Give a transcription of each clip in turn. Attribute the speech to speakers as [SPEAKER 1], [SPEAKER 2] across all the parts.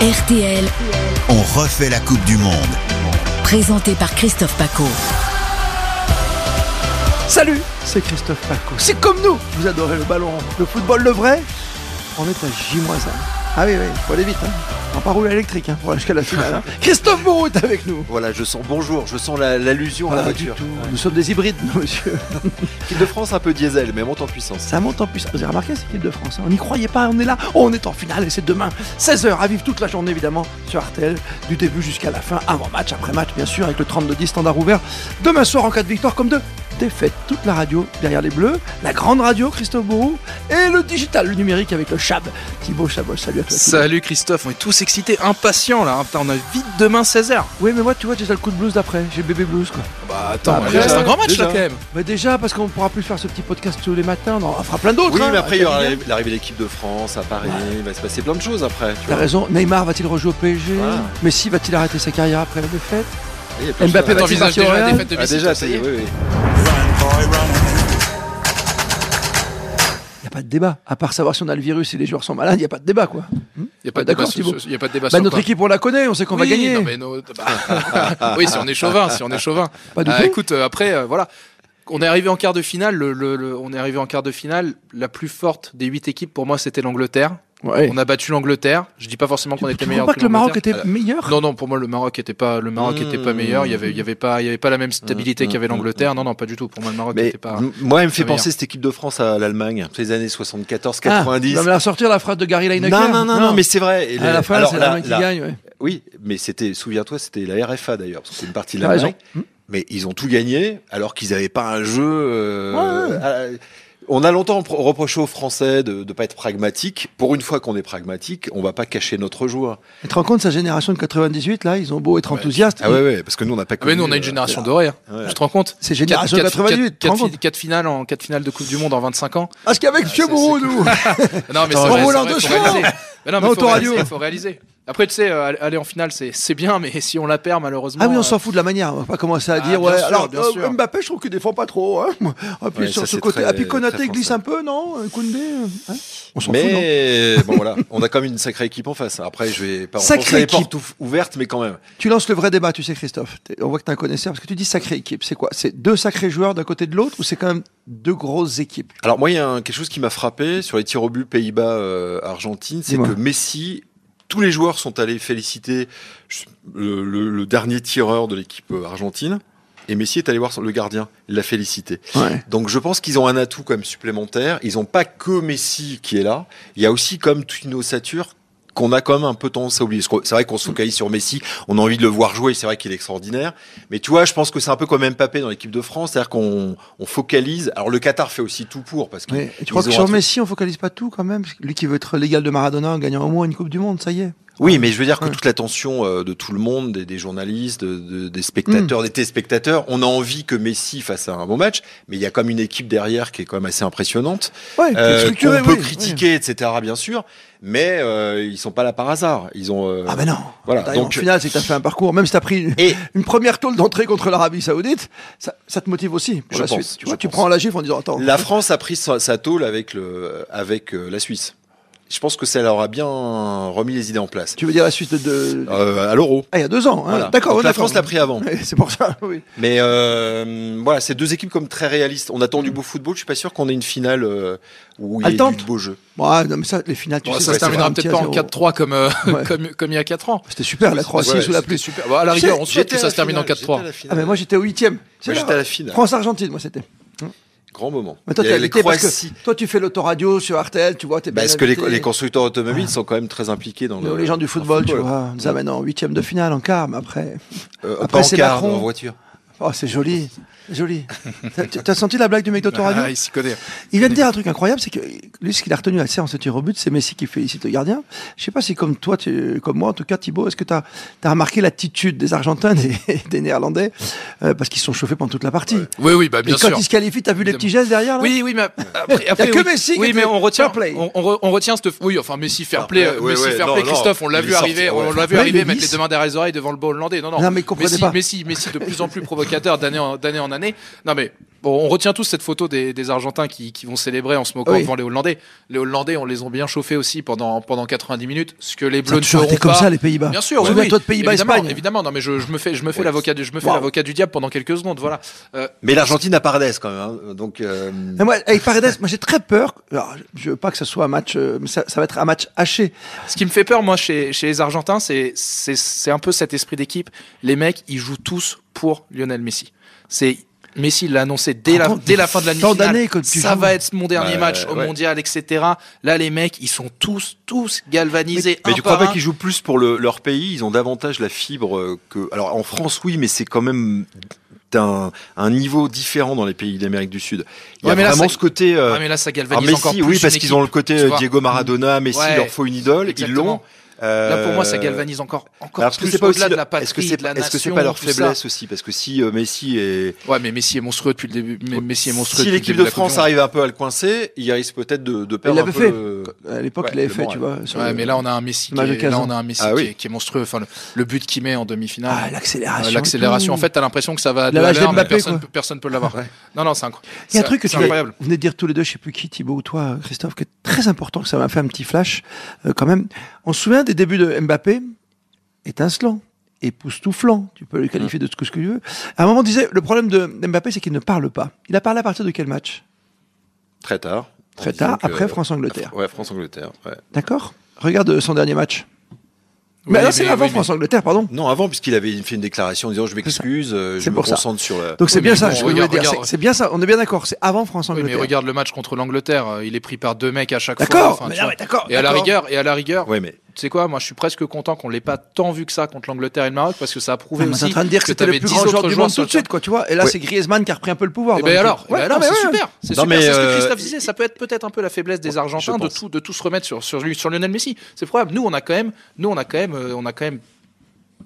[SPEAKER 1] RTL,
[SPEAKER 2] On refait la Coupe du Monde.
[SPEAKER 1] présenté par Christophe Paco.
[SPEAKER 3] Salut, c'est Christophe Paco. C'est comme nous, vous adorez le ballon, le football, le vrai. On est à J-1. Ah oui, oui, faut aller vite. Hein. On va pas rouler à électrique hein, pour aller jusqu'à la finale. hein. Christophe Bourreau est avec nous.
[SPEAKER 4] Voilà, je sens bonjour, je sens la- l'allusion à la
[SPEAKER 3] Pas du
[SPEAKER 4] voiture.
[SPEAKER 3] tout. Nous sommes des hybrides, nous, monsieur.
[SPEAKER 4] L'équipe de France un peu diesel, mais monte en puissance.
[SPEAKER 3] Ça monte en puissance. Vous avez remarqué cette équipe de France. hein. On n'y croyait pas, on est là. Oh, On est en finale et c'est demain, 16h, à vivre toute la journée évidemment sur Artel, du début jusqu'à la fin, avant match, après match, bien sûr, avec le 32-10 standard ouvert. Demain soir en cas de victoire comme de défaite. Toute la radio derrière les bleus, la grande radio, Christophe Bourou, et le digital, le numérique avec le Chab. Thibaut Chabot, salut à toi. Thibaut.
[SPEAKER 5] Salut Christophe, on est tous excités, impatients là. hein. Putain, on a vite demain 16h.
[SPEAKER 3] Oui, mais moi, tu vois, j'ai ça le coup de blues d'après. J'ai le bébé blues, quoi.
[SPEAKER 5] Bah attends,
[SPEAKER 3] Bah,
[SPEAKER 5] c'est un grand match
[SPEAKER 4] déjà.
[SPEAKER 5] là quand même.
[SPEAKER 3] Mais déjà, parce qu'on ne pourra plus faire ce petit podcast tous les matins, on en fera plein d'autres.
[SPEAKER 4] Oui,
[SPEAKER 3] hein,
[SPEAKER 4] mais
[SPEAKER 3] à
[SPEAKER 4] après, il y aura
[SPEAKER 3] Cannes.
[SPEAKER 4] l'arrivée de l'équipe de France à Paris, il va se passer plein de choses après. tu
[SPEAKER 3] T'as
[SPEAKER 4] vois.
[SPEAKER 3] raison, Neymar va-t-il rejouer au PSG
[SPEAKER 4] Voilà.
[SPEAKER 5] Ah.
[SPEAKER 3] Messi va-t-il arrêter sa carrière après la défaite
[SPEAKER 4] Il y a plein de
[SPEAKER 3] Mbappé
[SPEAKER 4] choses à-
[SPEAKER 3] va-
[SPEAKER 5] T'envisages
[SPEAKER 3] parti au
[SPEAKER 5] déjà la
[SPEAKER 3] Real
[SPEAKER 5] défaite de
[SPEAKER 4] Ah,
[SPEAKER 5] Messi
[SPEAKER 4] déjà,
[SPEAKER 5] toi,
[SPEAKER 4] ça y est, oui, oui.
[SPEAKER 3] Il n'y a pas de débat. À part savoir si on a le virus et les joueurs sont malades, il n'y a pas de débat, quoi.
[SPEAKER 5] Y a pas de
[SPEAKER 3] D'accord,
[SPEAKER 5] débat sur
[SPEAKER 3] Thibaut.
[SPEAKER 5] ce- y a pas de débat
[SPEAKER 3] Bah,
[SPEAKER 5] Bah, sur
[SPEAKER 3] notre
[SPEAKER 5] quoi.
[SPEAKER 3] équipe, on la connaît, on sait qu'on va
[SPEAKER 5] Oui,
[SPEAKER 3] gagner.
[SPEAKER 5] non, mais nos- bah, oui, si on est chauvin, si on est chauvin.
[SPEAKER 3] Pas du
[SPEAKER 5] Euh,
[SPEAKER 3] tout.
[SPEAKER 5] Écoute, euh, après, euh, voilà. On est arrivé en quart de finale. le- le- le- on est arrivé en quart de finale. La plus forte des huit équipes pour moi, c'était l'Angleterre.
[SPEAKER 3] Ouais.
[SPEAKER 5] On a battu l'Angleterre. Je dis pas forcément qu'on
[SPEAKER 3] Tu
[SPEAKER 5] était
[SPEAKER 3] trouves
[SPEAKER 5] meilleur.
[SPEAKER 3] pas que le Maroc était
[SPEAKER 5] l'Angleterre.
[SPEAKER 3] meilleur Ah,
[SPEAKER 5] Non, non, pour moi, le Maroc était pas, le Maroc était pas
[SPEAKER 4] Mmh.
[SPEAKER 5] meilleur. Il y avait, il y avait pas, il y avait pas la même stabilité
[SPEAKER 4] Mmh,
[SPEAKER 5] qu'avait
[SPEAKER 4] mmh,
[SPEAKER 5] l'Angleterre. Non, non, pas du tout. Pour moi, le Maroc
[SPEAKER 4] Mais
[SPEAKER 5] était pas.
[SPEAKER 4] m- moi, elle me fait
[SPEAKER 5] pas meilleur.
[SPEAKER 4] penser cette équipe de France à l'Allemagne, ces années 74,
[SPEAKER 3] Ah,
[SPEAKER 4] 90.
[SPEAKER 3] on va me la sortir la phrase de Gary
[SPEAKER 4] non,
[SPEAKER 3] Lineker.
[SPEAKER 4] non, non, non, mais c'est vrai. Et
[SPEAKER 3] à
[SPEAKER 4] le-
[SPEAKER 3] Ah, la fin,
[SPEAKER 4] alors,
[SPEAKER 3] c'est
[SPEAKER 4] la-
[SPEAKER 3] l'Allemagne qui
[SPEAKER 4] la-
[SPEAKER 3] gagne. ouais.
[SPEAKER 4] Oui, mais c'était, souviens-toi, c'était la RFA d'ailleurs, parce que c'est une partie de
[SPEAKER 3] T'as
[SPEAKER 4] la
[SPEAKER 3] raison.
[SPEAKER 4] mais ils ont tout gagné alors qu'ils n'avaient pas un jeu. euh,
[SPEAKER 3] Ouais, ouais.
[SPEAKER 4] à- on a longtemps repro- reproché aux Français de ne pas être pragmatiques. Pour une fois qu'on est pragmatique, on va pas cacher notre joie.
[SPEAKER 3] Tu te rends compte, sa génération de 98, là, ils ont beau être enthousiastes.
[SPEAKER 4] Ah ouais, ouais, parce que nous on n'a pas.
[SPEAKER 5] Ah, mais nous,
[SPEAKER 4] connu,
[SPEAKER 5] on a une
[SPEAKER 4] euh,
[SPEAKER 5] génération
[SPEAKER 4] là.
[SPEAKER 5] dorée. hein.
[SPEAKER 4] Ouais.
[SPEAKER 5] Je te rends compte
[SPEAKER 3] C'est génération 98, tu te rends compte Ah,
[SPEAKER 5] 4 finales en quatre Ah, finales de Coupe du Monde en 25 ans.
[SPEAKER 3] Parce qu'avec Monsieur Bourreau, nous.
[SPEAKER 5] Non, mais
[SPEAKER 3] Attends,
[SPEAKER 5] c'est
[SPEAKER 3] on
[SPEAKER 5] vrai,
[SPEAKER 3] roule
[SPEAKER 5] c'est
[SPEAKER 3] en
[SPEAKER 5] vrai,
[SPEAKER 3] deux
[SPEAKER 5] faut
[SPEAKER 3] chevaux.
[SPEAKER 5] réaliser. Mais non, mais
[SPEAKER 3] Non,
[SPEAKER 5] faut
[SPEAKER 3] autoradio.
[SPEAKER 5] réaliser, faut réaliser. Après, tu sais, euh, aller en finale, c'est c'est bien, mais si on la perd, malheureusement.
[SPEAKER 3] Ah oui, on
[SPEAKER 5] euh,
[SPEAKER 3] s'en fout de la manière. On va pas commencer à
[SPEAKER 5] Ah,
[SPEAKER 3] dire.
[SPEAKER 5] bien
[SPEAKER 3] ouais,
[SPEAKER 5] sûr,
[SPEAKER 3] alors,
[SPEAKER 5] bien
[SPEAKER 3] euh,
[SPEAKER 5] sûr.
[SPEAKER 3] Mbappé, je trouve qu'il défend pas trop. hein. Appuie
[SPEAKER 4] Ouais,
[SPEAKER 3] sur
[SPEAKER 4] ça,
[SPEAKER 3] ce
[SPEAKER 4] c'est
[SPEAKER 3] côté.
[SPEAKER 4] très-
[SPEAKER 3] Ah, puis Konaté
[SPEAKER 4] très
[SPEAKER 3] glisse
[SPEAKER 4] français.
[SPEAKER 3] un peu, non Koundé euh, hein On s'en fout, non
[SPEAKER 4] Mais bon voilà, on a quand même une sacrée équipe en face. Après, je vais pas
[SPEAKER 3] Sacrée
[SPEAKER 4] enfoncer les
[SPEAKER 3] équipe.
[SPEAKER 4] portes ouv- ouvertes, mais quand même.
[SPEAKER 3] Tu lances le vrai débat, tu sais, Christophe. T'es- On voit que tu es un connaisseur. Parce que tu dis sacrée équipe. C'est quoi C'est deux sacrés joueurs d'un côté de l'autre ou c'est quand même deux grosses équipes
[SPEAKER 4] Alors moi, il y a un- quelque chose qui m'a frappé sur les tirs au but Pays-Bas euh, Argentine, c'est
[SPEAKER 3] Dis-moi.
[SPEAKER 4] que Messi. Tous les joueurs sont allés féliciter je- le, le- le dernier tireur de l'équipe euh, argentine. Et Messi est allé voir son- le gardien. Il l'a félicité.
[SPEAKER 3] Ouais.
[SPEAKER 4] Donc je pense qu'ils ont un atout comme supplémentaire. Ils n'ont pas que Messi qui est là. Il y a aussi comme Tino Satur qu'on a quand même un peu tendance à oublier. Parce que C'est vrai qu'on se focalise sur Messi, on a envie de le voir jouer, c'est vrai qu'il est extraordinaire. Mais tu vois, je pense que c'est un peu comme Mbappé dans l'équipe de France, c'est-à-dire qu'on on focalise. Alors le Qatar fait aussi tout pour, parce que
[SPEAKER 3] Mais tu
[SPEAKER 4] ils
[SPEAKER 3] crois que
[SPEAKER 4] ont un
[SPEAKER 3] sur
[SPEAKER 4] truc-
[SPEAKER 3] Messi, on focalise pas tout quand même Parce que Lui qui veut être l'égal de Maradona en gagnant au moins une Coupe du Monde, ça y est.
[SPEAKER 4] Oui, mais je veux dire que
[SPEAKER 3] Ouais.
[SPEAKER 4] toute l'attention euh, de tout le monde, des, des journalistes, de- de- des spectateurs,
[SPEAKER 3] Mm.
[SPEAKER 4] des téléspectateurs, on a envie que Messi fasse un bon match, mais il y a comme une équipe derrière qui est quand même assez impressionnante.
[SPEAKER 3] Ouais,
[SPEAKER 4] Euh,
[SPEAKER 3] structuré,
[SPEAKER 4] qu'on peut
[SPEAKER 3] oui, oui.
[SPEAKER 4] critiquer, etc. Bien sûr, mais euh, ils sont pas là par hasard. Ils ont. euh,
[SPEAKER 3] Ah ben non.
[SPEAKER 4] Voilà,
[SPEAKER 3] D'ailleurs,
[SPEAKER 4] donc-
[SPEAKER 3] au final, c'est que tu as fait un parcours. Même si tu as pris une,
[SPEAKER 4] Et
[SPEAKER 3] une première tôle d'entrée contre l'Arabie Saoudite, ça, ça te motive aussi pour
[SPEAKER 4] Je
[SPEAKER 3] la
[SPEAKER 4] pense,
[SPEAKER 3] suite. Tu,
[SPEAKER 4] je
[SPEAKER 3] vois, tu
[SPEAKER 4] pense.
[SPEAKER 3] prends la gifle en disant Attends,
[SPEAKER 4] la France a pris sa, sa tôle avec le, avec euh, la Suisse. Je pense que ça leur a bien remis les idées en place.
[SPEAKER 3] tu veux dire la suite de. de-
[SPEAKER 4] Euh, à l'euro.
[SPEAKER 3] Ah, il y a deux ans. hein.
[SPEAKER 4] Voilà.
[SPEAKER 3] D'accord,
[SPEAKER 4] Donc
[SPEAKER 3] ouais,
[SPEAKER 4] la
[SPEAKER 3] d'accord.
[SPEAKER 4] France l'a pris avant.
[SPEAKER 3] Ouais, C'est pour ça, oui.
[SPEAKER 4] Mais euh, voilà, c'est deux équipes comme très réalistes. On attend du
[SPEAKER 3] Mm.
[SPEAKER 4] beau football. Je suis pas sûr qu'on ait une finale euh, où il y ait
[SPEAKER 3] Haletante.
[SPEAKER 4] du beau jeu.
[SPEAKER 3] Bon, ah, non, mais ça, les finales, tu
[SPEAKER 5] bon,
[SPEAKER 3] sais,
[SPEAKER 5] ça
[SPEAKER 3] c'est
[SPEAKER 5] se terminera
[SPEAKER 3] un petit
[SPEAKER 5] peut-être pas
[SPEAKER 3] 0.
[SPEAKER 5] en 4-3 comme, euh,
[SPEAKER 3] Ouais.
[SPEAKER 5] comme, comme il y a 4 ans.
[SPEAKER 3] C'était super, la Croatie
[SPEAKER 4] Ouais,
[SPEAKER 3] sous la
[SPEAKER 5] C'était
[SPEAKER 3] pluie.
[SPEAKER 5] super. Bon, à la rigueur, on
[SPEAKER 4] J'étais
[SPEAKER 5] souhaite que
[SPEAKER 4] à
[SPEAKER 5] ça
[SPEAKER 4] la
[SPEAKER 5] se termine en
[SPEAKER 4] finale, j'étais à
[SPEAKER 5] 4-3.
[SPEAKER 4] la finale.
[SPEAKER 3] Ah, mais moi, j'étais au huitième. C'est
[SPEAKER 4] Moi,
[SPEAKER 3] là.
[SPEAKER 4] j'étais à la finale.
[SPEAKER 3] France-Argentine, moi, c'était.
[SPEAKER 4] Grand moment.
[SPEAKER 3] Mais toi,
[SPEAKER 4] Il y
[SPEAKER 3] t'es
[SPEAKER 4] a les
[SPEAKER 3] invité parce
[SPEAKER 4] Croaties. Bah,
[SPEAKER 3] que toi, tu fais l'autoradio sur RTL, tu vois, t'es bien
[SPEAKER 4] Parce que les,
[SPEAKER 3] invité.
[SPEAKER 4] les euh, constructeurs automobiles sont quand même très impliqués dans
[SPEAKER 3] Nous,
[SPEAKER 4] le.
[SPEAKER 3] les gens du
[SPEAKER 4] dans le
[SPEAKER 3] football, tu vois, on nous amène en huitième de finale, en quart, mais après.
[SPEAKER 4] Euh,
[SPEAKER 3] Après,
[SPEAKER 4] pas en
[SPEAKER 3] c'est
[SPEAKER 4] car,
[SPEAKER 3] Macron.
[SPEAKER 4] en voiture.
[SPEAKER 3] Oh, c'est joli, joli. T'as- T'as senti la blague du mec d'autoradio
[SPEAKER 4] Bah,
[SPEAKER 5] Ah, il s'y connaît.
[SPEAKER 3] Il vient de dire un truc incroyable, c'est que lui, ce qu'il a retenu à la séance de tir au but, c'est Messi qui félicite le gardien. Je sais pas si comme toi, tu- comme moi, en tout cas, Thibaut, est-ce que tu as, remarqué l'attitude des Argentins et des Néerlandais euh, Parce qu'ils sont chauffés pendant toute la partie.
[SPEAKER 5] Oui, oui, bah,
[SPEAKER 3] Et
[SPEAKER 5] bien
[SPEAKER 3] quand
[SPEAKER 5] sûr.
[SPEAKER 3] ils se qualifient, t'as vu les petits gestes derrière là
[SPEAKER 5] Oui, oui, mais après, après,
[SPEAKER 3] que
[SPEAKER 5] oui.
[SPEAKER 3] Messi qui
[SPEAKER 5] Oui,
[SPEAKER 3] était
[SPEAKER 5] mais on retient,
[SPEAKER 3] fair play.
[SPEAKER 5] on, on re- on retient cette, oui, enfin Messi fair
[SPEAKER 4] Ah,
[SPEAKER 5] play,
[SPEAKER 4] ouais, ouais,
[SPEAKER 5] Messi
[SPEAKER 4] ouais,
[SPEAKER 5] fair
[SPEAKER 4] non,
[SPEAKER 5] play.
[SPEAKER 4] non,
[SPEAKER 5] Christophe, on l'a
[SPEAKER 4] il
[SPEAKER 5] vu
[SPEAKER 4] est sorti,
[SPEAKER 5] arriver,
[SPEAKER 4] ouais.
[SPEAKER 5] on l'a vu
[SPEAKER 3] Ouais, mais
[SPEAKER 5] arriver mettre
[SPEAKER 3] lisse.
[SPEAKER 5] les deux mains derrière les oreilles devant le ball hollandais. Non, non.
[SPEAKER 3] Non, mais comprenez
[SPEAKER 5] Messi,
[SPEAKER 3] pas.
[SPEAKER 5] Messi, Messi de plus en plus provocateur d'année en d'année en année. Non mais Bon, on retient tous cette photo des, des Argentins qui, qui vont célébrer en se moquant
[SPEAKER 3] Oui.
[SPEAKER 5] devant les Hollandais. Les Hollandais, on les ont bien chauffés aussi pendant, pendant 90 minutes, ce que les
[SPEAKER 3] Ça a
[SPEAKER 5] Bleus ne
[SPEAKER 3] toujours
[SPEAKER 5] feront
[SPEAKER 3] été
[SPEAKER 5] pas.
[SPEAKER 3] comme ça, les Pays-Bas.
[SPEAKER 5] Bien sûr, oui, oui.
[SPEAKER 3] Souviens-toi de Pays-Bas,
[SPEAKER 5] évidemment,
[SPEAKER 3] Espagne.
[SPEAKER 5] Évidemment, non, mais je, je me fais, je me fais
[SPEAKER 4] Ouais.
[SPEAKER 5] l'avocat, du, je me fais
[SPEAKER 3] Wow.
[SPEAKER 5] l'avocat du diable pendant quelques secondes, voilà. Euh,
[SPEAKER 4] Mais l'Argentine a Paredes quand même. hein. Donc, euh,
[SPEAKER 3] Et moi, avec Paredes, moi j'ai très peur. Alors, je veux pas que ce soit un match, euh, mais ça, ça va être un match haché.
[SPEAKER 5] ce qui me fait peur, moi, chez, chez les Argentins, c'est, c'est, c'est un peu cet esprit d'équipe. Les mecs, ils jouent tous pour Lionel Messi. C'est Messi l'a annoncé dès la,
[SPEAKER 3] Par contre,
[SPEAKER 5] dès la fin de la nuit.
[SPEAKER 3] tant d'années que tu
[SPEAKER 5] ça
[SPEAKER 3] joues.
[SPEAKER 5] va être mon dernier
[SPEAKER 4] Ouais,
[SPEAKER 5] match au
[SPEAKER 4] ouais.
[SPEAKER 5] mondial, etc. Là, les mecs, ils sont tous, tous galvanisés.
[SPEAKER 4] Mais
[SPEAKER 5] un
[SPEAKER 4] tu
[SPEAKER 5] par
[SPEAKER 4] crois pas
[SPEAKER 5] un.
[SPEAKER 4] qu'ils jouent plus pour le- leur pays Ils ont davantage la fibre euh, que. Alors en France, oui, mais c'est quand même d'un un niveau différent dans les pays d'Amérique du Sud. Il y
[SPEAKER 5] Ouais,
[SPEAKER 4] a
[SPEAKER 5] mais là,
[SPEAKER 4] vraiment
[SPEAKER 5] ça-
[SPEAKER 4] ce côté. euh,
[SPEAKER 5] Ouais, Ah, mais là, ça
[SPEAKER 4] un
[SPEAKER 5] galvanise encore
[SPEAKER 4] Messi,
[SPEAKER 5] plus.
[SPEAKER 4] oui, parce
[SPEAKER 5] une
[SPEAKER 4] qu'ils ont le
[SPEAKER 5] équipe.
[SPEAKER 4] côté
[SPEAKER 5] tu
[SPEAKER 4] euh,
[SPEAKER 5] vois. Mm.
[SPEAKER 4] Diego Maradona, Messi,
[SPEAKER 5] Ouais,
[SPEAKER 4] il leur faut une idole, ils l'ont. Euh,
[SPEAKER 5] exactement. Là, pour moi, ça galvanise encore, encore
[SPEAKER 4] Alors, est-ce que
[SPEAKER 5] plus
[SPEAKER 4] c'est pas aussi
[SPEAKER 5] au-delà de la
[SPEAKER 4] leur-
[SPEAKER 5] patrie,
[SPEAKER 4] Est-ce que c'est
[SPEAKER 5] de la
[SPEAKER 4] est-ce que c'est
[SPEAKER 5] nation,
[SPEAKER 4] pas leur
[SPEAKER 5] tout ça.
[SPEAKER 4] faiblesse aussi Parce que si euh, Messi est,
[SPEAKER 5] Ouais, mais Messi est monstrueux depuis le début. Mais Messi est monstrueux.
[SPEAKER 4] si
[SPEAKER 5] depuis le
[SPEAKER 4] l'équipe
[SPEAKER 5] début
[SPEAKER 4] de
[SPEAKER 5] la Coupe
[SPEAKER 4] France
[SPEAKER 5] du Monde.
[SPEAKER 4] arrive un peu à le coincer, il risque peut-être de, de perdre un
[SPEAKER 3] l'avait
[SPEAKER 4] peu.
[SPEAKER 3] fait.
[SPEAKER 4] le-
[SPEAKER 3] À l'époque,
[SPEAKER 4] Ouais,
[SPEAKER 3] il l'avait
[SPEAKER 4] le
[SPEAKER 3] fait,
[SPEAKER 4] bon,
[SPEAKER 3] tu
[SPEAKER 4] ouais.
[SPEAKER 3] vois. sur
[SPEAKER 5] Ouais,
[SPEAKER 3] le-
[SPEAKER 5] mais là, on a un Messi, qui
[SPEAKER 3] Image de
[SPEAKER 5] est, là,
[SPEAKER 3] 15
[SPEAKER 5] on a un Messi
[SPEAKER 4] Ah
[SPEAKER 5] qui,
[SPEAKER 4] oui.
[SPEAKER 5] est, qui est monstrueux. Enfin, le, le but qu'il met en
[SPEAKER 3] Ah,
[SPEAKER 5] demi-finale, euh,
[SPEAKER 3] l'accélération.
[SPEAKER 5] l'accélération. En fait, t'as l'impression que ça va. à
[SPEAKER 3] La
[SPEAKER 5] deux à
[SPEAKER 3] vache
[SPEAKER 5] l'heure, mais
[SPEAKER 3] d'Mbappé,
[SPEAKER 5] personne,
[SPEAKER 3] quoi.
[SPEAKER 5] personne peut l'avoir. Non, non, c'est incroyable.
[SPEAKER 3] Il y a un truc que
[SPEAKER 5] c'est
[SPEAKER 3] tu
[SPEAKER 5] incroyable.
[SPEAKER 3] vous venez de dire tous les deux, je sais plus qui, Thibaut ou toi, Christophe, qui est très important, que ça m'a fait un petit flash euh, quand même. On se souvient des débuts de Mbappé, étincelant, époustouflant, tu peux le qualifier de tout ce que tu veux. À un moment, on disait, le problème de Mbappé, c'est qu'il ne parle pas. Il a parlé à partir de quel match
[SPEAKER 4] Très tard. En
[SPEAKER 3] Très
[SPEAKER 4] disant
[SPEAKER 3] tard,
[SPEAKER 4] que-
[SPEAKER 3] après France-Angleterre.
[SPEAKER 4] Ouais, France-Angleterre. ouais.
[SPEAKER 3] D'accord Regarde euh, son dernier match.
[SPEAKER 5] Oui,
[SPEAKER 3] mais là, c'est
[SPEAKER 5] mais-
[SPEAKER 3] avant
[SPEAKER 5] oui, mais-
[SPEAKER 3] France-Angleterre, pardon.
[SPEAKER 4] Non, avant, puisqu'il avait fait une déclaration en disant je m'excuse, euh, je
[SPEAKER 3] C'est
[SPEAKER 4] me
[SPEAKER 3] pour ça.
[SPEAKER 4] concentre sur la.
[SPEAKER 3] Donc c'est
[SPEAKER 5] Oui,
[SPEAKER 3] bien
[SPEAKER 5] mais
[SPEAKER 3] ça,
[SPEAKER 5] bon,
[SPEAKER 3] je voulais
[SPEAKER 5] regarde,
[SPEAKER 3] dire. C'est-
[SPEAKER 5] regarde.
[SPEAKER 3] C'est bien ça, on est bien d'accord, c'est avant
[SPEAKER 5] Oui, mais
[SPEAKER 3] France-Angleterre.
[SPEAKER 5] regarde le match contre l'angleterre. euh, Il est pris par deux mecs à chaque fois.
[SPEAKER 3] D'accord,
[SPEAKER 5] enfin,
[SPEAKER 3] mais
[SPEAKER 5] tu
[SPEAKER 3] là,
[SPEAKER 5] vois.
[SPEAKER 3] ouais, d'accord.
[SPEAKER 5] Et à la
[SPEAKER 3] d'accord.
[SPEAKER 5] rigueur, et à la rigueur,
[SPEAKER 4] Ouais, mais
[SPEAKER 5] tu sais quoi, moi je suis presque content qu'on l'ait pas tant vu que ça contre l'Angleterre et le Maroc parce que ça a prouvé
[SPEAKER 3] Non, mais
[SPEAKER 5] aussi
[SPEAKER 3] t'es en train de dire que, c'était le
[SPEAKER 5] t'avais
[SPEAKER 3] plus
[SPEAKER 5] 10
[SPEAKER 3] grand joueur
[SPEAKER 5] autres
[SPEAKER 3] du
[SPEAKER 5] joueurs
[SPEAKER 3] monde
[SPEAKER 5] sur
[SPEAKER 3] tout
[SPEAKER 5] le
[SPEAKER 3] de suite, quoi, tu vois. Et là,
[SPEAKER 4] Ouais.
[SPEAKER 3] c'est Griezmann qui a repris un peu le pouvoir.
[SPEAKER 5] Eh
[SPEAKER 3] dans le
[SPEAKER 5] ben
[SPEAKER 3] truc.
[SPEAKER 5] alors, eh
[SPEAKER 3] Ouais,
[SPEAKER 5] ben
[SPEAKER 3] non,
[SPEAKER 5] alors,
[SPEAKER 3] mais
[SPEAKER 5] c'est
[SPEAKER 3] ouais.
[SPEAKER 5] super. C'est
[SPEAKER 4] Non,
[SPEAKER 5] super.
[SPEAKER 4] mais,
[SPEAKER 5] C'est ce que
[SPEAKER 4] euh,
[SPEAKER 5] Christophe disait. Ça peut être peut-être un peu la faiblesse des Argentins de
[SPEAKER 4] pense.
[SPEAKER 5] tout, de tout se remettre sur, sur lui, sur Lionel Messi. C'est probable. Nous, on a quand même, nous, on a quand même, euh, on a quand même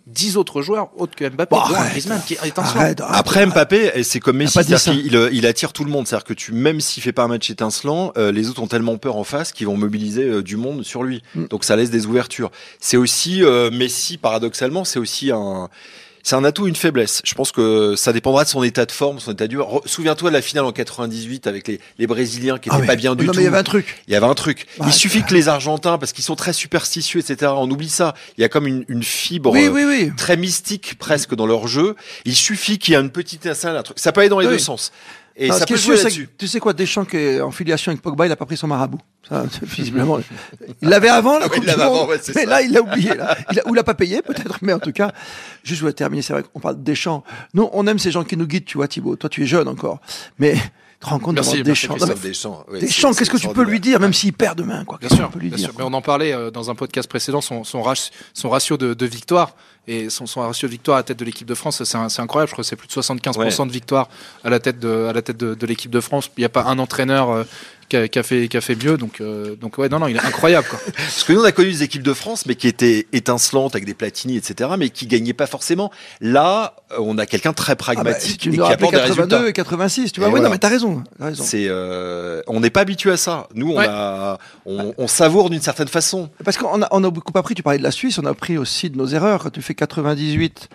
[SPEAKER 5] 10 autres joueurs autres que Mbappé,
[SPEAKER 3] Bon,
[SPEAKER 5] dont
[SPEAKER 3] arrête.
[SPEAKER 5] Griezmann qui est un
[SPEAKER 3] Arrête, arrête.
[SPEAKER 4] après Mbappé, eh, c'est comme Messi,
[SPEAKER 3] Ah. pas dit
[SPEAKER 4] c'est-à-dire
[SPEAKER 3] ça.
[SPEAKER 4] qu'il- il, euh, il attire tout le monde. C'est-à-dire que tu, même s'il fait pas un match étincelant, euh, les autres ont tellement peur en face qu'ils vont mobiliser euh, du monde sur lui.
[SPEAKER 3] Mm.
[SPEAKER 4] Donc ça laisse des ouvertures. C'est aussi euh, Messi, paradoxalement, c'est aussi un. C'est un atout, une faiblesse. Je pense que ça dépendra de son état de forme, son état d'humeur. Re- Souviens-toi de la finale en 98 avec les, les Brésiliens qui
[SPEAKER 3] Ah,
[SPEAKER 4] étaient
[SPEAKER 3] mais-
[SPEAKER 4] pas bien du
[SPEAKER 3] non,
[SPEAKER 4] tout.
[SPEAKER 3] mais il y avait un truc.
[SPEAKER 4] Il y avait un truc.
[SPEAKER 3] Bah,
[SPEAKER 4] il suffit que les Argentins, parce qu'ils sont très superstitieux, etc., on oublie ça. Il y a comme une, une fibre
[SPEAKER 3] Oui,
[SPEAKER 4] euh,
[SPEAKER 3] oui, oui.
[SPEAKER 4] très mystique presque dans leur jeu. Il suffit qu'il y ait une petite étincelle, un truc. Ça peut aller dans les
[SPEAKER 3] Oui.
[SPEAKER 4] deux sens. Et
[SPEAKER 3] Non, ce
[SPEAKER 4] ça
[SPEAKER 3] qui
[SPEAKER 4] peut
[SPEAKER 3] est
[SPEAKER 4] jouer
[SPEAKER 3] sûr, c'est
[SPEAKER 4] là-dessus.
[SPEAKER 3] que, tu sais quoi, Deschamps qui est en filiation avec Pogba, il a pas pris son marabout. Ça, visiblement, il l'avait avant la
[SPEAKER 4] Oui,
[SPEAKER 3] Coupe
[SPEAKER 4] il
[SPEAKER 3] du
[SPEAKER 4] l'avait
[SPEAKER 3] Monde,
[SPEAKER 4] avant, ouais, c'est
[SPEAKER 3] mais
[SPEAKER 4] ça.
[SPEAKER 3] là il l'a oublié. Là. Il a, ou l'a pas payé peut-être, mais en tout cas, juste je voulais terminer. C'est vrai qu'on parle de Deschamps. Nous, on aime ces gens qui nous guident, tu vois, Thibaut. Toi, tu es jeune encore, mais tu te rends compte
[SPEAKER 5] Merci,
[SPEAKER 3] d'avoir
[SPEAKER 5] merci,
[SPEAKER 3] Deschamps.
[SPEAKER 5] Christophe.
[SPEAKER 3] Non, mais Deschamps, qu'est-ce que tu peux lui dire, même s'il perd demain, quoi
[SPEAKER 5] Bien
[SPEAKER 3] Qu'est-ce
[SPEAKER 5] sûr,
[SPEAKER 3] qu'on peut lui
[SPEAKER 5] bien
[SPEAKER 3] dire,
[SPEAKER 5] sûr. Mais on en parlait euh, dans un podcast précédent, son, son, rac- son ratio de, de victoire et son, son ratio de victoire à la tête de l'équipe de France, c'est un- c'est incroyable. Je crois que c'est plus de 75% de victoire à la tête de, à la tête de, de l'équipe de France. Il n'y a pas un entraîneur euh, qui, a, qui a fait, qui a fait mieux. Donc, euh, donc ouais, non, non, il est incroyable. Quoi.
[SPEAKER 4] Parce que nous, on a connu des équipes de France, mais qui étaient étincelantes avec des Platini, etc., mais qui gagnaient pas forcément. Là, euh, on a quelqu'un de
[SPEAKER 3] Ah
[SPEAKER 4] très
[SPEAKER 3] bah, si
[SPEAKER 4] pragmatique
[SPEAKER 3] tu
[SPEAKER 4] et
[SPEAKER 3] nous
[SPEAKER 4] qui
[SPEAKER 3] rappelles
[SPEAKER 4] apporte des
[SPEAKER 3] 82
[SPEAKER 4] résultats.
[SPEAKER 3] et 86, tu vois.
[SPEAKER 4] Et
[SPEAKER 3] oui,
[SPEAKER 4] voilà.
[SPEAKER 3] non, mais t'as raison. t'as raison.
[SPEAKER 4] C'est, euh, on n'est pas habitué à ça. Nous, on
[SPEAKER 5] Ouais.
[SPEAKER 4] a, on, on savoure d'une certaine façon.
[SPEAKER 3] Parce qu'on a, on a beaucoup appris, tu parlais de la Suisse, on a appris aussi de nos erreurs. Quand tu fais 98,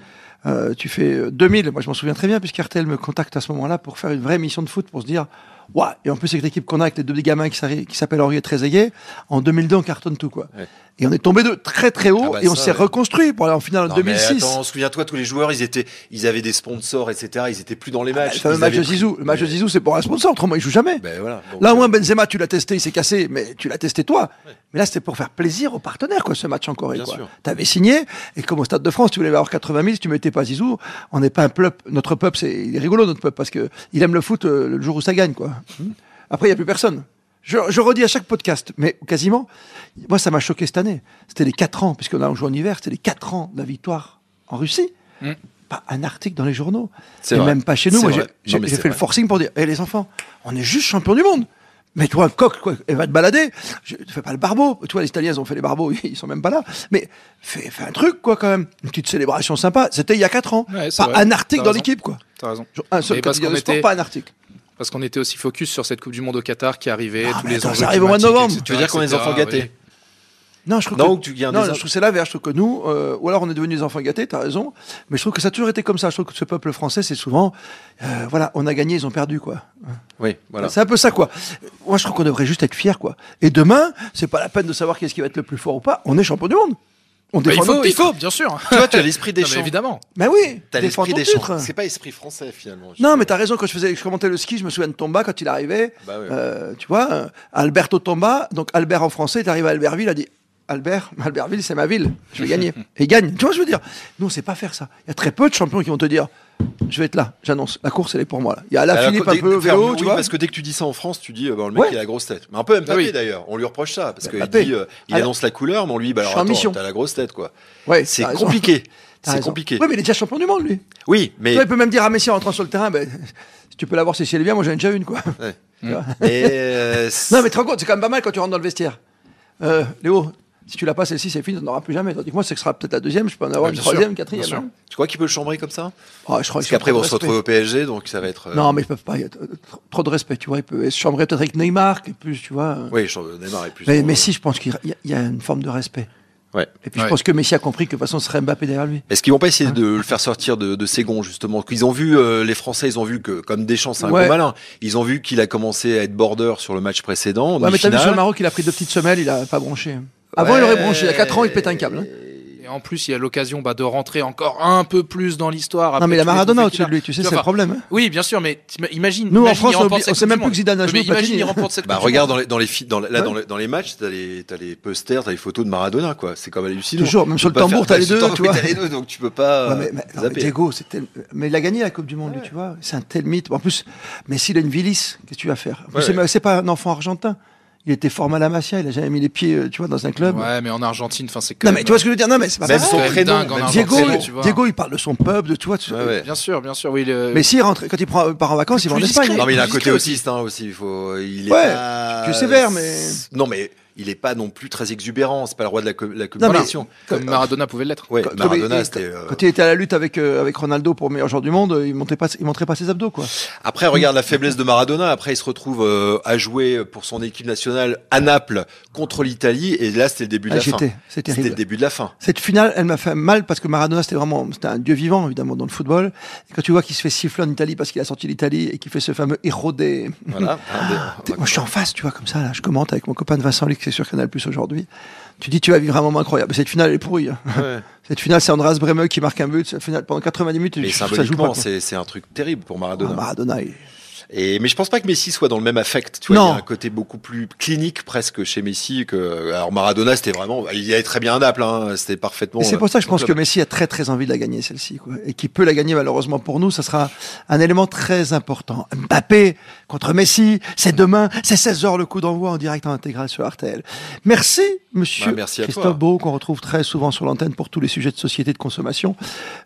[SPEAKER 3] euh, tu fais euh, 2000, moi je m'en souviens très bien, puisqu'RTL me contacte à ce moment-là pour faire une vraie émission de foot, pour se dire, ouais, et en plus avec l'équipe qu'on a, avec les deux gamins qui s'arri- qui s'appellent Henri et Trezeguet, en 2002 on cartonne tout quoi.
[SPEAKER 4] Ouais.
[SPEAKER 3] Et on est tombé de très très haut,
[SPEAKER 4] Ah bah
[SPEAKER 3] et on
[SPEAKER 4] ça,
[SPEAKER 3] s'est
[SPEAKER 4] ouais.
[SPEAKER 3] reconstruit pour aller en finale en
[SPEAKER 4] Non,
[SPEAKER 3] 2006.
[SPEAKER 4] Mais attends, souviens-toi, tous les joueurs, ils étaient, ils avaient des sponsors, etc. Ils étaient plus dans les matchs.
[SPEAKER 3] Ah Bah, le fameux
[SPEAKER 4] Ils
[SPEAKER 3] match de
[SPEAKER 4] avaient pris-
[SPEAKER 3] Zizou, le match de Zizou c'est pour un sponsor, autrement il joue jamais.
[SPEAKER 4] Ben voilà. Donc,
[SPEAKER 3] Là, au
[SPEAKER 4] euh,
[SPEAKER 3] moins, Benzema, tu l'as testé, il s'est cassé, mais tu l'as testé toi. Mais là, c'était pour faire plaisir aux partenaires, quoi, ce match en Corée.
[SPEAKER 4] Bien
[SPEAKER 3] quoi.
[SPEAKER 4] sûr.
[SPEAKER 3] T'avais signé, et comme au Stade de France, tu voulais avoir 80 000, si tu mettais pas Zizou, on n'est pas un peuple. Notre peuple, c'est il est rigolo, notre peuple, parce que il aime le foot euh, le jour où ça gagne, quoi. Hmm. Après, il n'y a plus personne. Je, je redis à chaque podcast, mais quasiment, moi, ça m'a choqué cette année. C'était les 4 ans, puisqu'on a joué en hiver, c'était les 4 ans de la victoire en Russie.
[SPEAKER 5] Mm.
[SPEAKER 3] Pas un article dans les journaux.
[SPEAKER 4] Hmm. C'est
[SPEAKER 3] Et
[SPEAKER 4] vrai.
[SPEAKER 3] même pas chez nous.
[SPEAKER 4] C'est
[SPEAKER 3] Moi,
[SPEAKER 4] vrai.
[SPEAKER 3] j'ai-
[SPEAKER 4] Non,
[SPEAKER 3] j'ai
[SPEAKER 4] mais
[SPEAKER 3] j'ai
[SPEAKER 4] c'est
[SPEAKER 3] fait le
[SPEAKER 4] vrai.
[SPEAKER 3] forcing pour dire Hé les enfants, on est juste champion du monde. Mais toi, coq, quoi, et va te balader. Je ne fais pas le barbeau. Tu vois, les Italiens, ils ont fait les barbeaux, ils sont même pas là. Mais fais, fais un truc, quoi, quand même. Une petite célébration sympa. C'était il y a 4 ans.
[SPEAKER 5] Ouais, c'est
[SPEAKER 3] pas
[SPEAKER 5] vrai.
[SPEAKER 3] un article
[SPEAKER 5] T'as
[SPEAKER 3] dans
[SPEAKER 5] raison.
[SPEAKER 3] l'équipe, quoi.
[SPEAKER 5] T'as raison.
[SPEAKER 3] Genre, un seul
[SPEAKER 5] Mais parce
[SPEAKER 3] quotidien
[SPEAKER 5] qu'on
[SPEAKER 3] de sport,
[SPEAKER 5] était-
[SPEAKER 3] pas un article.
[SPEAKER 5] Parce qu'on était aussi focus sur cette Coupe du Monde au Qatar qui arrivait,
[SPEAKER 3] Ah,
[SPEAKER 5] tous
[SPEAKER 3] mais
[SPEAKER 5] les
[SPEAKER 3] attends,
[SPEAKER 5] enjeux
[SPEAKER 3] ça arrive au mois de
[SPEAKER 5] climatiques,
[SPEAKER 3] novembre.
[SPEAKER 5] etc.,
[SPEAKER 4] Tu veux dire qu'on est les
[SPEAKER 5] etc.,
[SPEAKER 4] enfants gâtés
[SPEAKER 5] oui.
[SPEAKER 3] Non, je trouve
[SPEAKER 4] Non, ou
[SPEAKER 3] que
[SPEAKER 4] tu- il y a un
[SPEAKER 3] non,
[SPEAKER 4] désastre.
[SPEAKER 3] je trouve que c'est l'inverse. Je trouve que nous, euh, ou alors on est devenus des enfants gâtés, t'as raison, mais je trouve que ça a toujours été comme ça. Je trouve que ce peuple français, c'est souvent, euh, voilà, on a gagné, ils ont perdu, quoi.
[SPEAKER 4] Oui, voilà.
[SPEAKER 3] C'est un peu ça, quoi. Moi, je trouve qu'on devrait juste être fiers, quoi. Et demain, c'est pas la peine de savoir qu'est-ce qui va être le plus fort ou pas. On est champion du monde. On
[SPEAKER 5] Bah, il,
[SPEAKER 3] défend
[SPEAKER 5] faut,
[SPEAKER 3] notre
[SPEAKER 5] il
[SPEAKER 3] titre.
[SPEAKER 5] faut, bien sûr.
[SPEAKER 4] Tu vois, tu as l'esprit des
[SPEAKER 5] Non, mais
[SPEAKER 4] champs.
[SPEAKER 5] évidemment.
[SPEAKER 3] Mais oui,
[SPEAKER 4] T'as
[SPEAKER 3] défends
[SPEAKER 4] l'esprit
[SPEAKER 3] ton
[SPEAKER 4] des
[SPEAKER 3] titre.
[SPEAKER 4] champs. C'est pas esprit français finalement.
[SPEAKER 3] Non, mais t'as raison. Quand je faisais, je commentais le ski, je me souviens de Tomba quand il arrivait.
[SPEAKER 4] Bah ouais.
[SPEAKER 3] Euh, tu vois, euh, Alberto Tomba. Donc Albert en français, il arrive à Albertville, il a dit Albert, Albertville, c'est ma ville. Je vais gagner. Et il gagne. Tu vois, ce que je veux dire. Nous, on sait pas faire ça. Il y a très peu de champions qui vont te dire, je vais être là. J'annonce. La course, elle est pour moi. Là. Il y a la
[SPEAKER 4] Alors,
[SPEAKER 3] Philippe
[SPEAKER 4] dès-
[SPEAKER 3] un peu au
[SPEAKER 4] faire
[SPEAKER 3] vélo,
[SPEAKER 4] mieux,
[SPEAKER 3] tu
[SPEAKER 4] oui,
[SPEAKER 3] vois.
[SPEAKER 4] parce que dès que tu dis ça en France, tu dis euh, bah, le mec
[SPEAKER 3] Ouais. Ah
[SPEAKER 4] il a la grosse tête. Mais un peu Mbappé
[SPEAKER 5] oui.
[SPEAKER 4] d'ailleurs, on lui reproche ça parce qu'il
[SPEAKER 3] Mbappé.
[SPEAKER 4] dit euh, il
[SPEAKER 3] Alors-
[SPEAKER 4] annonce la couleur, mais on lui dit bah
[SPEAKER 3] Je
[SPEAKER 4] alors
[SPEAKER 3] suis en mission.
[SPEAKER 4] attends, t'as la grosse tête quoi.
[SPEAKER 3] Ouais,
[SPEAKER 4] C'est
[SPEAKER 3] t'as raison.
[SPEAKER 4] compliqué.
[SPEAKER 3] T'as
[SPEAKER 4] C'est
[SPEAKER 3] raison.
[SPEAKER 4] compliqué.
[SPEAKER 3] Ouais, mais il est déjà champion du monde, lui.
[SPEAKER 4] Oui,
[SPEAKER 3] Tu
[SPEAKER 4] mais
[SPEAKER 3] vois, il peut même dire à Messi en rentrant sur le terrain, ben, si tu peux l'avoir si c'est le bien, moi j'en ai déjà une, quoi.
[SPEAKER 4] mais, euh, c'est-
[SPEAKER 3] Non, mais te rends compte, c'est quand même pas mal quand tu rentres dans le vestiaire. Euh, Léo, si tu l'as pas celle-ci, c'est fini, tu n'en auras plus jamais. Tandis que moi, ce sera peut-être la deuxième, je peux en avoir
[SPEAKER 5] Ah,
[SPEAKER 3] une
[SPEAKER 5] bien
[SPEAKER 3] troisième,
[SPEAKER 5] sûr,
[SPEAKER 3] une quatrième.
[SPEAKER 5] bien sûr.
[SPEAKER 3] hein.
[SPEAKER 4] tu crois qu'il peut le chambrer comme ça
[SPEAKER 3] Ah, je crois
[SPEAKER 4] Parce
[SPEAKER 3] qu'ils
[SPEAKER 4] qu'après
[SPEAKER 3] sont
[SPEAKER 4] vont
[SPEAKER 3] trop
[SPEAKER 4] se
[SPEAKER 3] respect.
[SPEAKER 4] retrouver au PSG, donc ça va être. euh,
[SPEAKER 3] Non, mais ils peuvent pas, il y a t- trop- trop de respect, tu vois. Ils peuvent se chambrer peut-être avec Neymar, qui est plus, tu vois.
[SPEAKER 4] Oui, je- Neymar est plus.
[SPEAKER 3] mais
[SPEAKER 4] dans-
[SPEAKER 3] Messi, je pense qu'il y a- il y, a une forme de respect.
[SPEAKER 4] Ouais.
[SPEAKER 3] Et puis
[SPEAKER 5] Ouais.
[SPEAKER 3] je pense que Messi a compris que de toute façon, ce serait Mbappé derrière lui.
[SPEAKER 4] Est-ce qu'ils vont pas essayer
[SPEAKER 3] Hein
[SPEAKER 4] de le faire sortir de, de ses gonds justement Qu'ils ont vu euh, les Français, ils ont vu que comme Deschamps c'est un
[SPEAKER 3] Ouais.
[SPEAKER 4] gros malin, ils ont vu qu'il a commencé à être border sur le match précédent.
[SPEAKER 3] Ouais, mais t'as vu sur le
[SPEAKER 4] demi-finale.
[SPEAKER 3] Maroc, il a pris deux petites semelles, il a pas bronché. Avant, il aurait bronché. Il y a 4 ans, il pète un câble. hein.
[SPEAKER 5] Et en plus, il y a l'occasion bah, de rentrer encore un peu plus dans
[SPEAKER 4] Ah,
[SPEAKER 5] l'histoire.
[SPEAKER 3] Non,
[SPEAKER 5] après
[SPEAKER 3] mais la
[SPEAKER 5] tous les
[SPEAKER 3] Maradona
[SPEAKER 5] trophées qu'il
[SPEAKER 3] au-dessus de
[SPEAKER 5] a.
[SPEAKER 3] lui, tu sais,
[SPEAKER 5] Enfin,
[SPEAKER 3] c'est le problème. hein.
[SPEAKER 5] Oui, bien sûr, mais t'ima- imagine.
[SPEAKER 3] Nous, en
[SPEAKER 5] imagine,
[SPEAKER 3] France,
[SPEAKER 5] il
[SPEAKER 3] on
[SPEAKER 5] remporte
[SPEAKER 3] oublie-
[SPEAKER 5] cette
[SPEAKER 3] on sait même
[SPEAKER 5] Coupe du
[SPEAKER 3] plus que Zidane a
[SPEAKER 5] Monde.
[SPEAKER 3] joué
[SPEAKER 5] Mais
[SPEAKER 3] au patin.
[SPEAKER 5] Imagine, il remporte cette
[SPEAKER 4] Bah
[SPEAKER 5] Coupe du
[SPEAKER 4] regarde
[SPEAKER 5] Monde.
[SPEAKER 4] dans les dans les fi- dans la- là
[SPEAKER 3] Ouais.
[SPEAKER 4] dans, les, dans les matchs t'as les t'as les posters t'as les photos de Maradona quoi c'est comme hallucinant
[SPEAKER 3] Toujours, même sur le
[SPEAKER 4] Tu peux pas
[SPEAKER 3] tambour,
[SPEAKER 4] faire-
[SPEAKER 3] t'as les
[SPEAKER 4] sur le
[SPEAKER 3] deux,
[SPEAKER 4] tambour,
[SPEAKER 3] tu vois.
[SPEAKER 4] t'as les deux donc tu peux pas
[SPEAKER 3] Ouais,
[SPEAKER 4] euh,
[SPEAKER 3] mais, mais- non, mais
[SPEAKER 4] zapper.
[SPEAKER 3] Diego, c'est tel- mais il a gagné la Coupe du Monde, lui, tu vois. C'est un tel mythe. En plus, mais s'il a une vilice, qu'est-ce que tu vas faire En plus,
[SPEAKER 4] Ouais.
[SPEAKER 3] c'est- C'est pas un enfant argentin. Il était fort mal à la Masia, il a jamais mis les pieds, euh, tu vois, dans un club.
[SPEAKER 5] Ouais, mais en Argentine, enfin, c'est. quand
[SPEAKER 3] Non,
[SPEAKER 5] même-
[SPEAKER 3] mais tu vois ce que je veux dire Non, mais c'est pas
[SPEAKER 4] Même
[SPEAKER 3] pareil.
[SPEAKER 4] son
[SPEAKER 5] c'est quand même
[SPEAKER 4] prénom,
[SPEAKER 5] dingue en
[SPEAKER 4] même son
[SPEAKER 3] Diego,
[SPEAKER 4] prénom,
[SPEAKER 5] Argentine,
[SPEAKER 4] prénom,
[SPEAKER 5] tu vois.
[SPEAKER 3] Diego, il parle de son peuple, de toi. tu-
[SPEAKER 4] Ouais, ouais.
[SPEAKER 5] Bien sûr, bien sûr, oui. le-
[SPEAKER 3] Mais s'il rentre, quand il prend, euh, part en vacances, il va en
[SPEAKER 5] Plus
[SPEAKER 3] Espagne.
[SPEAKER 5] discret.
[SPEAKER 4] non mais il a un côté
[SPEAKER 5] Discret aussi.
[SPEAKER 4] autiste hein, aussi il faut il est
[SPEAKER 3] Ouais,
[SPEAKER 4] pas-
[SPEAKER 3] tu es sévère, mais-
[SPEAKER 4] non mais il est pas non plus très exubérant c'est pas le roi de la, com- la
[SPEAKER 3] mais-
[SPEAKER 4] communication
[SPEAKER 5] Comme Maradona pouvait l'être.
[SPEAKER 4] ouais
[SPEAKER 3] Quand- quand
[SPEAKER 4] Maradona
[SPEAKER 3] il-
[SPEAKER 4] c'était euh,
[SPEAKER 3] Quand il était à la lutte avec, euh, avec Ronaldo pour meilleur joueur du monde, euh, il montait pas, il montrait pas ses abdos, quoi.
[SPEAKER 4] Après, regarde la faiblesse de Maradona. Après, il se retrouve euh, à jouer pour son équipe nationale à Naples contre l'Italie. Et là, c'était le début de
[SPEAKER 3] Ah,
[SPEAKER 4] la fin.
[SPEAKER 3] j'étais, c'est
[SPEAKER 4] C'était le
[SPEAKER 3] terrible.
[SPEAKER 4] début de la fin.
[SPEAKER 3] Cette finale, elle m'a fait mal parce que Maradona, c'était vraiment, c'était un dieu vivant, évidemment, dans le football. Et quand tu vois qu'il se fait siffler en Italie parce qu'il a sorti l'Italie et qu'il fait ce fameux héros des...
[SPEAKER 4] Voilà. Un des-
[SPEAKER 3] Ah, T'es- Moi, je suis en face, tu vois, comme ça, là. Je commente avec mon copain de Vincent Luc, qui est sur Canal Plus aujourd'hui. Tu dis, tu vas vivre un moment incroyable. Cette finale, elle est pourrie. hein.
[SPEAKER 4] Ouais.
[SPEAKER 3] Cette finale, c'est Andreas Bremeux qui marque un but. Cette finale, pendant 90 minutes,
[SPEAKER 4] Mais
[SPEAKER 3] je- ça joue pas.
[SPEAKER 4] symboliquement,
[SPEAKER 3] quoi.
[SPEAKER 4] c'est c'est un truc terrible pour
[SPEAKER 3] Ah,
[SPEAKER 4] Maradona.
[SPEAKER 3] Maradona, il-
[SPEAKER 4] Et mais je pense pas que Messi soit dans le même affect. Tu vois,
[SPEAKER 3] Non.
[SPEAKER 4] il y a un côté beaucoup plus clinique presque chez Messi que. Alors Maradona, c'était vraiment. Il y avait très bien à Naples. Hein, c'était parfaitement.
[SPEAKER 3] Et c'est pour ça que je pense que
[SPEAKER 4] club.
[SPEAKER 3] Messi a très très envie de la gagner celle-ci, quoi. Et qui peut la gagner malheureusement pour nous, ça sera un élément très important. Mbappé contre Messi, c'est demain, c'est 16 h le coup d'envoi en direct en intégral sur RTL. Merci, monsieur
[SPEAKER 4] Bah, merci à
[SPEAKER 3] Christophe
[SPEAKER 4] toi.
[SPEAKER 3] Beau, qu'on retrouve très souvent sur l'antenne pour tous les sujets de société de consommation.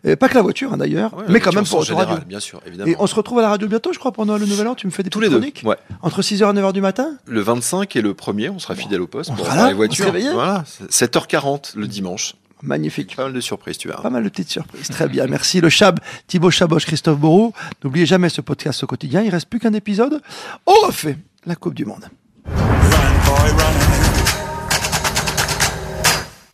[SPEAKER 3] Euh, pas que la voiture, hein, d'ailleurs,
[SPEAKER 4] Ouais,
[SPEAKER 3] mais quand
[SPEAKER 4] tu
[SPEAKER 3] même
[SPEAKER 4] en
[SPEAKER 3] pour
[SPEAKER 4] sens
[SPEAKER 3] la radio.
[SPEAKER 4] général, bien sûr, évidemment.
[SPEAKER 3] Et on se retrouve à la radio bientôt, je crois, pendant le Nouvel An. Tu me fais des
[SPEAKER 4] tous les
[SPEAKER 3] petites
[SPEAKER 4] deux.
[SPEAKER 3] chroniques
[SPEAKER 4] Ouais.
[SPEAKER 3] entre 6h et 9h du matin.
[SPEAKER 4] Le 25 et le 1er, on sera fidèle au poste
[SPEAKER 3] On
[SPEAKER 4] pour
[SPEAKER 3] sera Oh
[SPEAKER 4] voir
[SPEAKER 3] là,
[SPEAKER 4] les
[SPEAKER 3] on
[SPEAKER 4] voitures.
[SPEAKER 3] s'est réveillé.
[SPEAKER 4] Voilà, 7h40 le dimanche.
[SPEAKER 3] Magnifique.
[SPEAKER 4] Pas mal de surprises, tu verras.
[SPEAKER 3] Pas mal de petites surprises. Très bien. Merci le Chab, Thibaut Chaboche, Christophe Bourreau. N'oubliez jamais ce podcast au quotidien. Il reste plus qu'un épisode. On refait la Coupe du Monde.
[SPEAKER 6] Run, boy, run.